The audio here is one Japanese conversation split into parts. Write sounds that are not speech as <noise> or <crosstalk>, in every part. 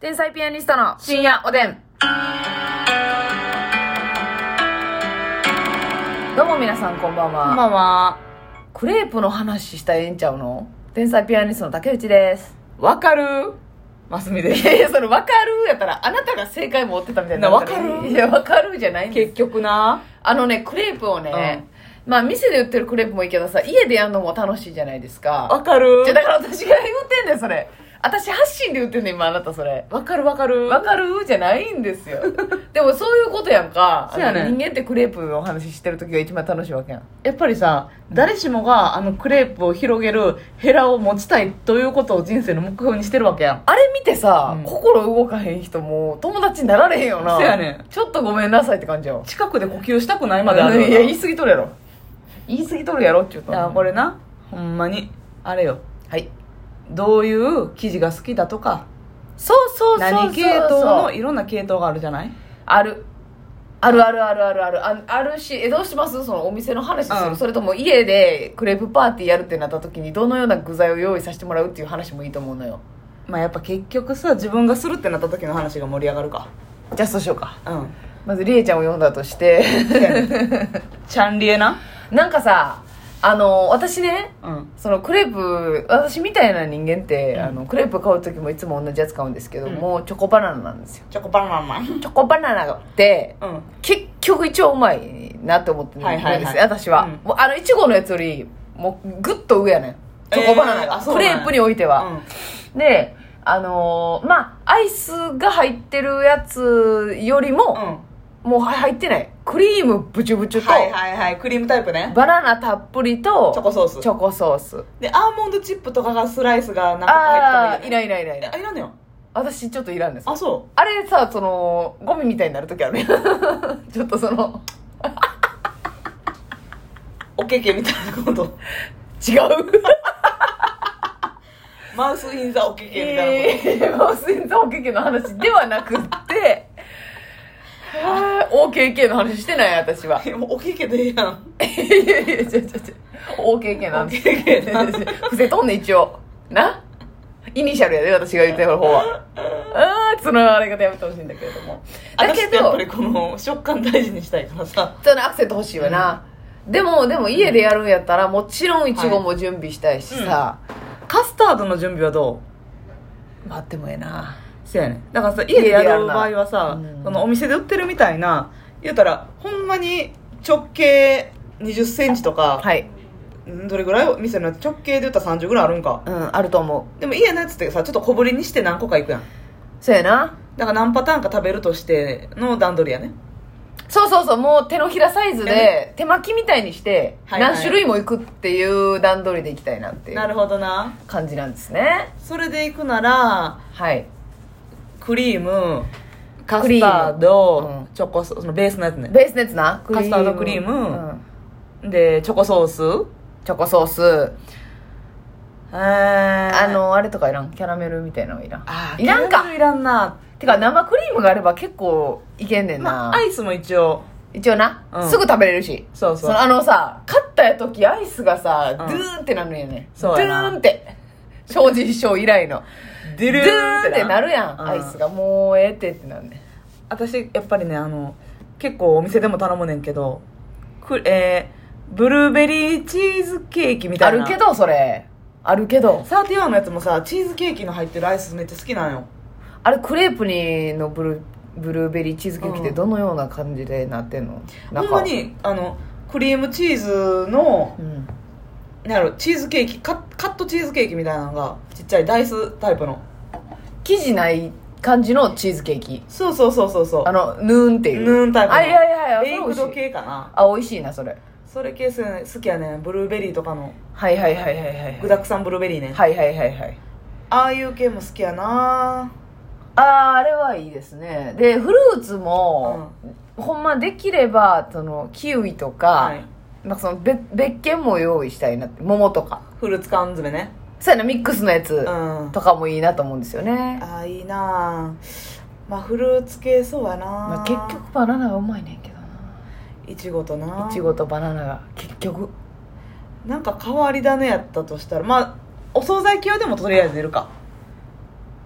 天才ピアニストの深夜おでん。どうも皆さんこんばんは。こんばんは。クレープの話したらええんちゃうの天才ピアニストの竹内です。わかるマスミで <laughs> い。やいや、その、わかるやったら、あなたが正解持ってたみたいにな。なわかるいや、わかるじゃないんです結局な。あのね、クレープをね、まあ、店で売ってるクレープもいいけどさ、家でやるのも楽しいじゃないですか。わかるじゃ、だから私が言ってんねん、それ。私発信で言ってんねん、今、あなたそれ。わかるわかる。わかるじゃないんですよ。 <laughs> でもそういうことやんか。そうやねんあの人間ってクレープのお話してる時が一番楽しいわけやん。やっぱりさ、誰しもがあのクレープを広げるヘラを持ちたいということを人生の目標にしてるわけやん。あれ見てさ、うん心動かへん人も友達になられへんよな。そうやねんちょっとごめんなさいって感じやわ。近くで呼吸したくない <laughs> まいであるよや、な。言い過ぎとるやろ。言い過ぎとるやろって言ういと。やこれな、ほんまに、あれよ。はい。どういう生地が好きだとか、そうそうそうそう。何系統のいろんな系統があるじゃないある。あるあるあるあるある。ああるし、え、どうしますそのお店の話する、うんそれとも家でクレープパーティーやるってなった時に、どのような具材を用意させてもらうっていう話もいいと思うのよ。まあやっぱ結局さ、自分がするってなった時の話が盛り上がるか。じゃあそうしようか。うん。まず、りえちゃんを呼んだとして。ちゃんりえな。 <laughs> なんかさ、あの、私ね、うん。そのクレープ、私みたいな人間って、うんあの、クレープ買う時もいつも同じやつ買うんですけども、チョコバナナなんですよ。チョコバナナマン。チョコバナナって、うん。結局一応うまいなって思ってるんですね、はいはいはい私は、うんもうあのいちごのやつよりもうグッと上やねんチョコバナナえーが、あそうクなんレやープにおいては、であのーまあアイスが入ってるやつよりも、もうは入ってないクリームブチュブチュと、はいはいはいクリームタイプねバナナたっぷりとチョコソースチョコソースでアーモンドチップとかがスライスが何個か入ああっていもいいないいないいないいないあいらんのよ私ちょっといらんですあそあれさそのゴミみたいになる時あるね <laughs> ちょっとそのうおけけみたいなこと違う <laughs> マウスインザおけけみたいえー、なこマウスインザ OKK の話ではなく <laughs> って、はー OKK の話してない私は <laughs> と。いやもうおけけでええやんいやいやいや、違う違う違う OKK なんです。 OKK <laughs> なんで <laughs> 伏せとんねん、一応。なイニシャルやで、私が言ってる方は。あー、そのあれ方やめてほしいんだけれども。だ私けってやっどぱり、この食感大事にしたいからさそのアクセント欲しいわな。でも、でも家でやるんやったら、もちろんイチゴも準備したいしさ、カスタードの準備はどう待ってもええな。そうやねだからさ家でや家でやるるな場合はさ、うんそのお店で売ってるみたいな言うたらほんまに直径2 0ンチとか、はい。んどれぐらい店のやつ直径で言ったら30ぐらいあるんかうん、あると思でも家のやつってさちょっと小ぶりにして何個かいくやんう。そうやな。だから何パターンか食べるとしての段取りやねそうそうそう、もう手のひらサイズでやね、手巻きみたいにして、はいはい何種類もいくっていう段取りでいきたいなっていなうるほどな感じなんですね。それでいくならはい。クリームカクリスタームードうチョコソースそのベースのやつねベースのやつな。カスタードクリームうんでチョコソースチョコソース。えーあの、あれとかいらん。キャラメルみたいなのいらん。あーいらんかキャラメルいらんなてか、生クリームがあれば結構いけんねんまなあ。アイスも一応一応な、うんすぐ食べれるし。そうそそうのあのさ、買った時アイスがさ、うドんゥーンってなるんやね。そうやなドゥーンって。正直賞以来の。ドゥルドゥーンってなるやん、うんアイスが。もうええってってなるね。私やっぱりねあの結構お店でも頼むねんけどくえー、ブルーベリーチーズケーキみたあいなるけど、それ。あるけど。サーティワンのやつもさチーズケーキの入ってるアイスめっちゃ好きなんよあれ、クレープにのブルブルーベリーチーズケーキってうんどのような感じでなってんのほ中んま。にあのクリームチーズのうん。なんやろチーズケーキカカットチーズケーキみたいなのがちっちゃいダイスタイプの生地ない感じのチーズケーキ。そうそうそうそうそうあの、ヌーンっていう。ヌーンタイプのあ、いやいやいや、ベイクそれ美味しいド系かなあ、美味しいな、それ。それ系好きやね好きやねブルーベリーとかのはいはいはいはいはい。具だくさんブルーベリーね、はいはいはいはい。ああいう系も好きやなあーあれはいいですね。で、フルーツも、ほんまできれば、その、キウイとか、はいなんかその別別件も用意したいなって桃とかフルーツ缶詰ねそうやなミックスのやつうんとかもいいなと思うんですよね、ああいいなまあフルーツ系そうやな、まあ、結局バナナがうまいねんけどないちごとないちごとバナナが結局なんか変わり種やったとしたらまあお惣菜系はでもとりあえず出るか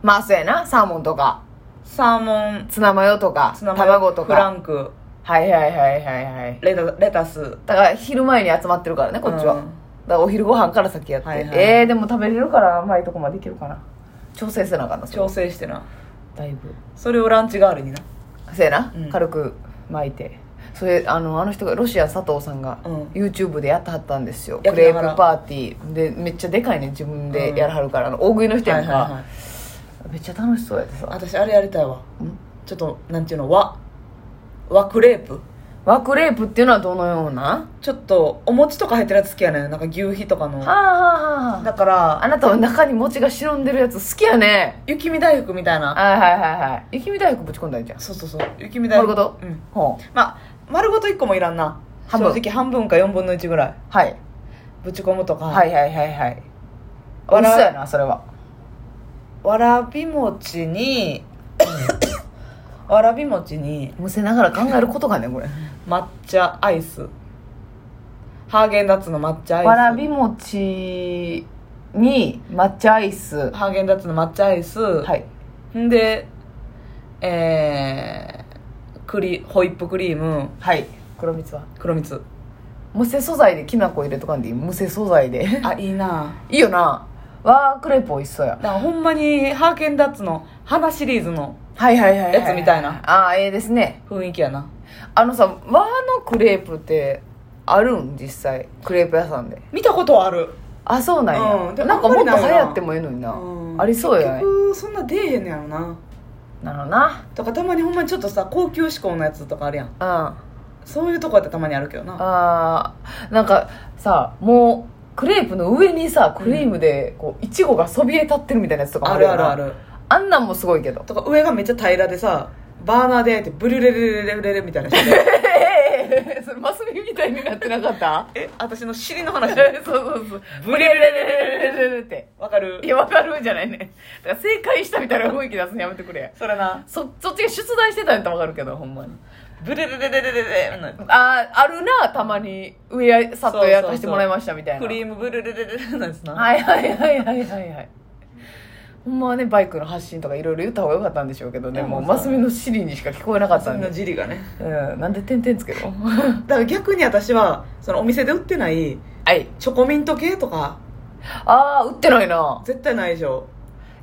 まあそうやなサーモンとかサーモンツナマヨとか、ツナマヨ卵とフラか。ンクはいはいはいはいはい。レタレタスだから昼前に集まってるからね、こっちは。うんだからお昼ご飯から先やって。はいはいえー、でも食べれるから甘いとこまでいけるかな。調整せなあかんな、それ調整してなだいぶ。それをランチ代わりになせやな、うん軽く巻いてそれあのあの人がロシア佐藤さんがうん YouTube でやってはったんですよ、やっクてレながーらプパーティーでめっちゃでかいね自分でやらはるから、あの大食いの人やんか、はいはいはいめっちゃ楽しそうやってさ私あれやりたいわんちょっとなんていうの和和クレープ和クレープっていうのはどのような、ちょっとお餅とか入ってるやつ好きやねんなんか牛皮とかのはあはあはあだからあなたの中に餅が忍んでるやつ好きやね雪見大福みたいなはいはいはいはい雪見大福ぶち込んだんじゃんそうそうそう雪見大福丸ごとうんほうまあ丸ごと1個もいらんな半分正直半分か4分の1ぐらいはい、ぶち込むとか、はいはいはいはい笑う美味しそうやなそれはわらび <coughs> 餅にわらび餅にむせながら考えることがねこれ抹茶アイスハーゲンダッツの抹茶アイスわらび餅に抹茶アイス。はハーゲンダッツの抹茶アイス、い。んでえー、クリホイップクリームはい。黒蜜は。黒蜜むせ素材できな粉入れとかんでいいむせ素材で。あいいな <laughs> いいよな。ワークレープ美味しそうや。だからほんまにハーゲンダッツの花シリーズのはいはいはい、はい。やつみたいな。ああ、ええですね。雰囲気やなあのさ、和のクレープって、あるん実際。クレープ屋さんで。見たことはあるあ、そうなんや。うんでなんかもっと流あんまりないな行ってもいいのにな。ありそうや結ね。局そんな出えへんねやろななのな。とかたまにほんまにちょっとさ高級志向のやつとかあるやんうん。そういうとこってたまにあるけどなあーなんかさもうクレープの上にさクリームでこういちごがそびえ立ってるみたいなやつとかもああるるよあるなあるあんなんもすごいけどとか上がめっちゃ平らでさバーナーで焼いてブルレレレレレレみたいな人でええそれマスミみたいになってなかったえ私の尻の話そうそうそうブレレレレレレレってわかるいやわかるんじゃないねだから正解したみたいな雰囲気出すのやめてくれそれなそそっちが出題してたんやったらわかるけどほんまにブルレレレレレレみたいなあーあるなたまに上やさっとやらせてもらいましたみたいなクリームブルレレレレレなんですなはいはいはいはいはいはいほんまはねバイクの発信とかいろいろ言った方がよかったんでしょうけどねでもうもさマスミの尻にしか聞こえなかったそんんでな、ジリがねうん、なんで点々つけろ <laughs> だから逆に私はそのお店で売ってないはいチョコミント系とかああ売ってないな絶対ないでしょ、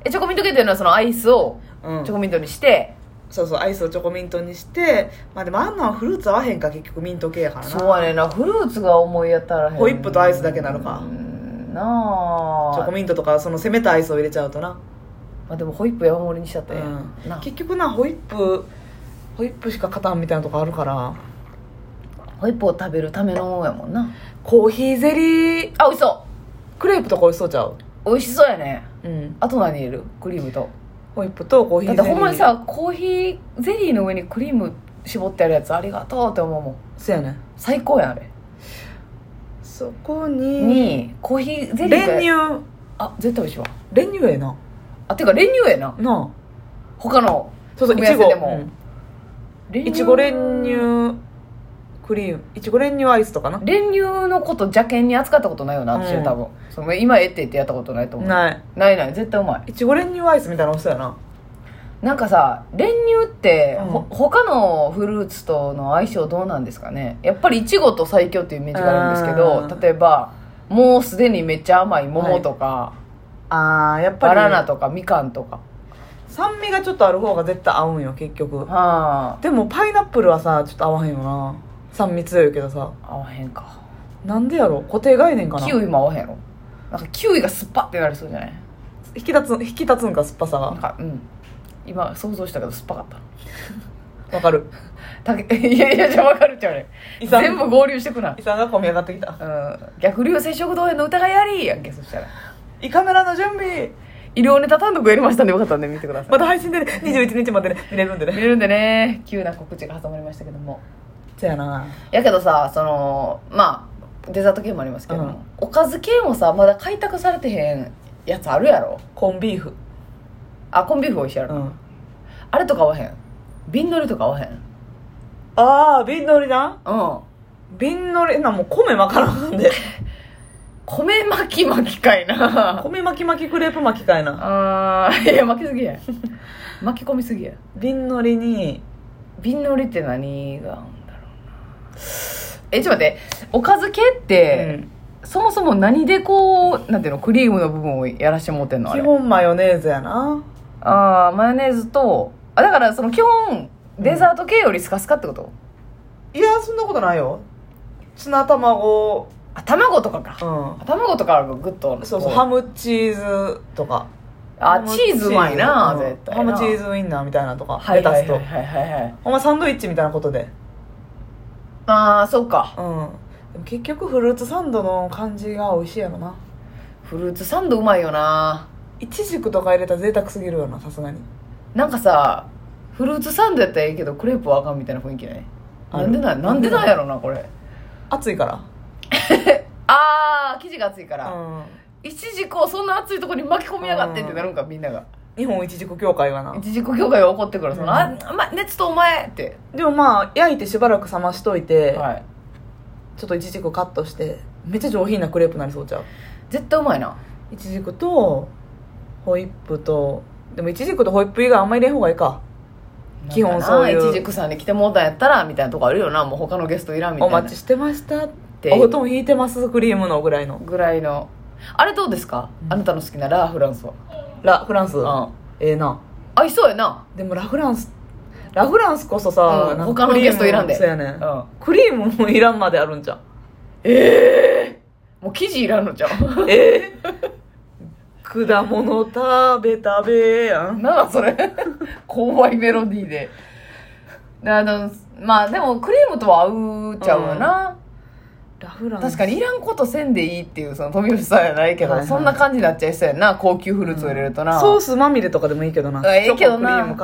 えチョコミント系っていうのはそのアイスをうんチョ、コミントにして、そうそうアイスをチョコミントにしてまあでもあんなんフルーツ合わへんか結局ミント系やからなそうやねんなフルーツが思い当たらへんホイップとアイスだけなのかうんなチョあコ、ミントとかその攻めたアイスを入れちゃうとな,、まあ、でもホイップ山盛りにしちゃったうらええやんんな、結局なホイップホイップしか勝たんみたいなとこあるからホイップを食べるためのやもんなコーヒーゼリーあ美味しそクレープとか美味しそうちゃうう美味しそうやねうんあと何入れるクリームとホイップとコーヒだっーゼてリーほんまにさコーヒーゼリーの上にクリーム絞ってあるやつありがとうって思うもんそうやね最高やんあれ、そこににコーヒーゼリーが練乳あ絶対美味しいわ練乳ええなあてか練乳やなな他のあそうそう組いみ合ちわせでごもうん練いちご練乳クリームいちご練乳アイスとかな練乳のこと邪険に扱ったことないよな私うはん多分、その今ええって言ってやったことないと思うないないない絶対うまいいちご練乳アイスみたいなのそうやななんかさ練乳って、うんほ他のフルーツとの相性どうなんですかねやっぱりいちごと最強っていうイメージがあるんですけどうん例えばもうすでにめっちゃ甘い桃とか、あーやっぱバりナナとかみかんとか酸味がちょっとある方が絶対合うんよ結局はでもパイナップルはさちょっと合わへんよな酸味強いけどさあ合わへんかなんでやろ固定概念かなキウイも合わへんやろなんかキウイが酸っぱってなりそうじゃない引き立つ引き立つんか酸っぱさなんがかうん今想像したけど酸っぱかったわかるたけいやいやじゃあ分かるっちゃうね遺 <laughs> 産全部合流してくな胃酸が込み上がってきたうん逆流性食道炎の疑いありやんけそしたら胃カメラの準備医療ネタ単独やりましたんでよかったんで見てくださいまた配信でね21日までね見れるんで見ねれるんでね急な告知が挟まりましたけどもそやなやけどさそのまあデザート系もありますけども、うんおかず系もさまだ開拓されてへんやつあるやろコンビーフあコンビーフ美味しいやろ、うんあれとか合わへん瓶のりとか合わへんうん <laughs> ああ瓶のりな瓶のりなもう米まからんで米巻き巻きかい <laughs> な米巻き巻きクレープ巻きかいなあーいや巻きすぎ <laughs> や巻き込みすぎや瓶のりに瓶のりって何が合うんだろうなえちょっと待っておかず系って、そもそも何でこうなんていうのクリームの部分をやらしてもってんのあ基れ本マヨネーズやなああマヨネーズとあだからその基本デザート系よりスカスカってこと、いやそんなことないよツナ卵あ卵とかかうん卵とかはグッとそうそうこハムチーズとかハあムチーズうまいな、うん絶対ハムチーズズウインナーみたいなのとかはレいはタいスはといはいはいはいほんまサンドイッチみたいなことでああそうかうんでも結局フルーツサンドの感じが美味しいやろなフルーツサンドうまいよなイチジクとか入れたら贅沢すぎるよなさすがになんかさフルーツサンドやったらええけどクレープはあかんみたいな雰囲気ないあなるんでなんなんでなんやろなこれ暑いからああ生地が厚いから、うんいちじくをそんな熱いところに巻き込みやがってってなるんかみんなが日本いちじく協会はないちじく業界が怒ってくるその、うんああま熱とお前ってでもまあ焼いてしばらく冷ましといて、はいちょっといちじくカットしてめっちゃ上品なクレープになりそうちゃう絶対うまいないちじくとホイップとでもいちじくとホイップ以外あんま入れん方がいいか基本そうないうんかないちじくさんに来てもうたんやったらみたいなとこあるよなもう他のゲストいらんみたいおな待ちしてましたてお布団引いてますクリームのぐらいのぐらいのあれどうですか、うんあなたの好きなラ・フランスはラフランス、うんええな合いそうやな、でもラフランスラフランスこそさ、うんなんか他のクリームゲストいらんでそうやねうんん、もクリームもいらんまであるんじゃんう <laughs> 生地いらんのじゃんえー、果物食べ食べやんなあそ <laughs> れ怖いメロディーであのまあでもクリームとは合うちゃうよな、ラフランス確かにいらんことせんでいいっていうその富吉さんやないけど、はいはいそんな感じになっちゃいそうやな高級フルーツを入れるとな、ソースまみれとかでもいいけどなあええけどなチョコクリーム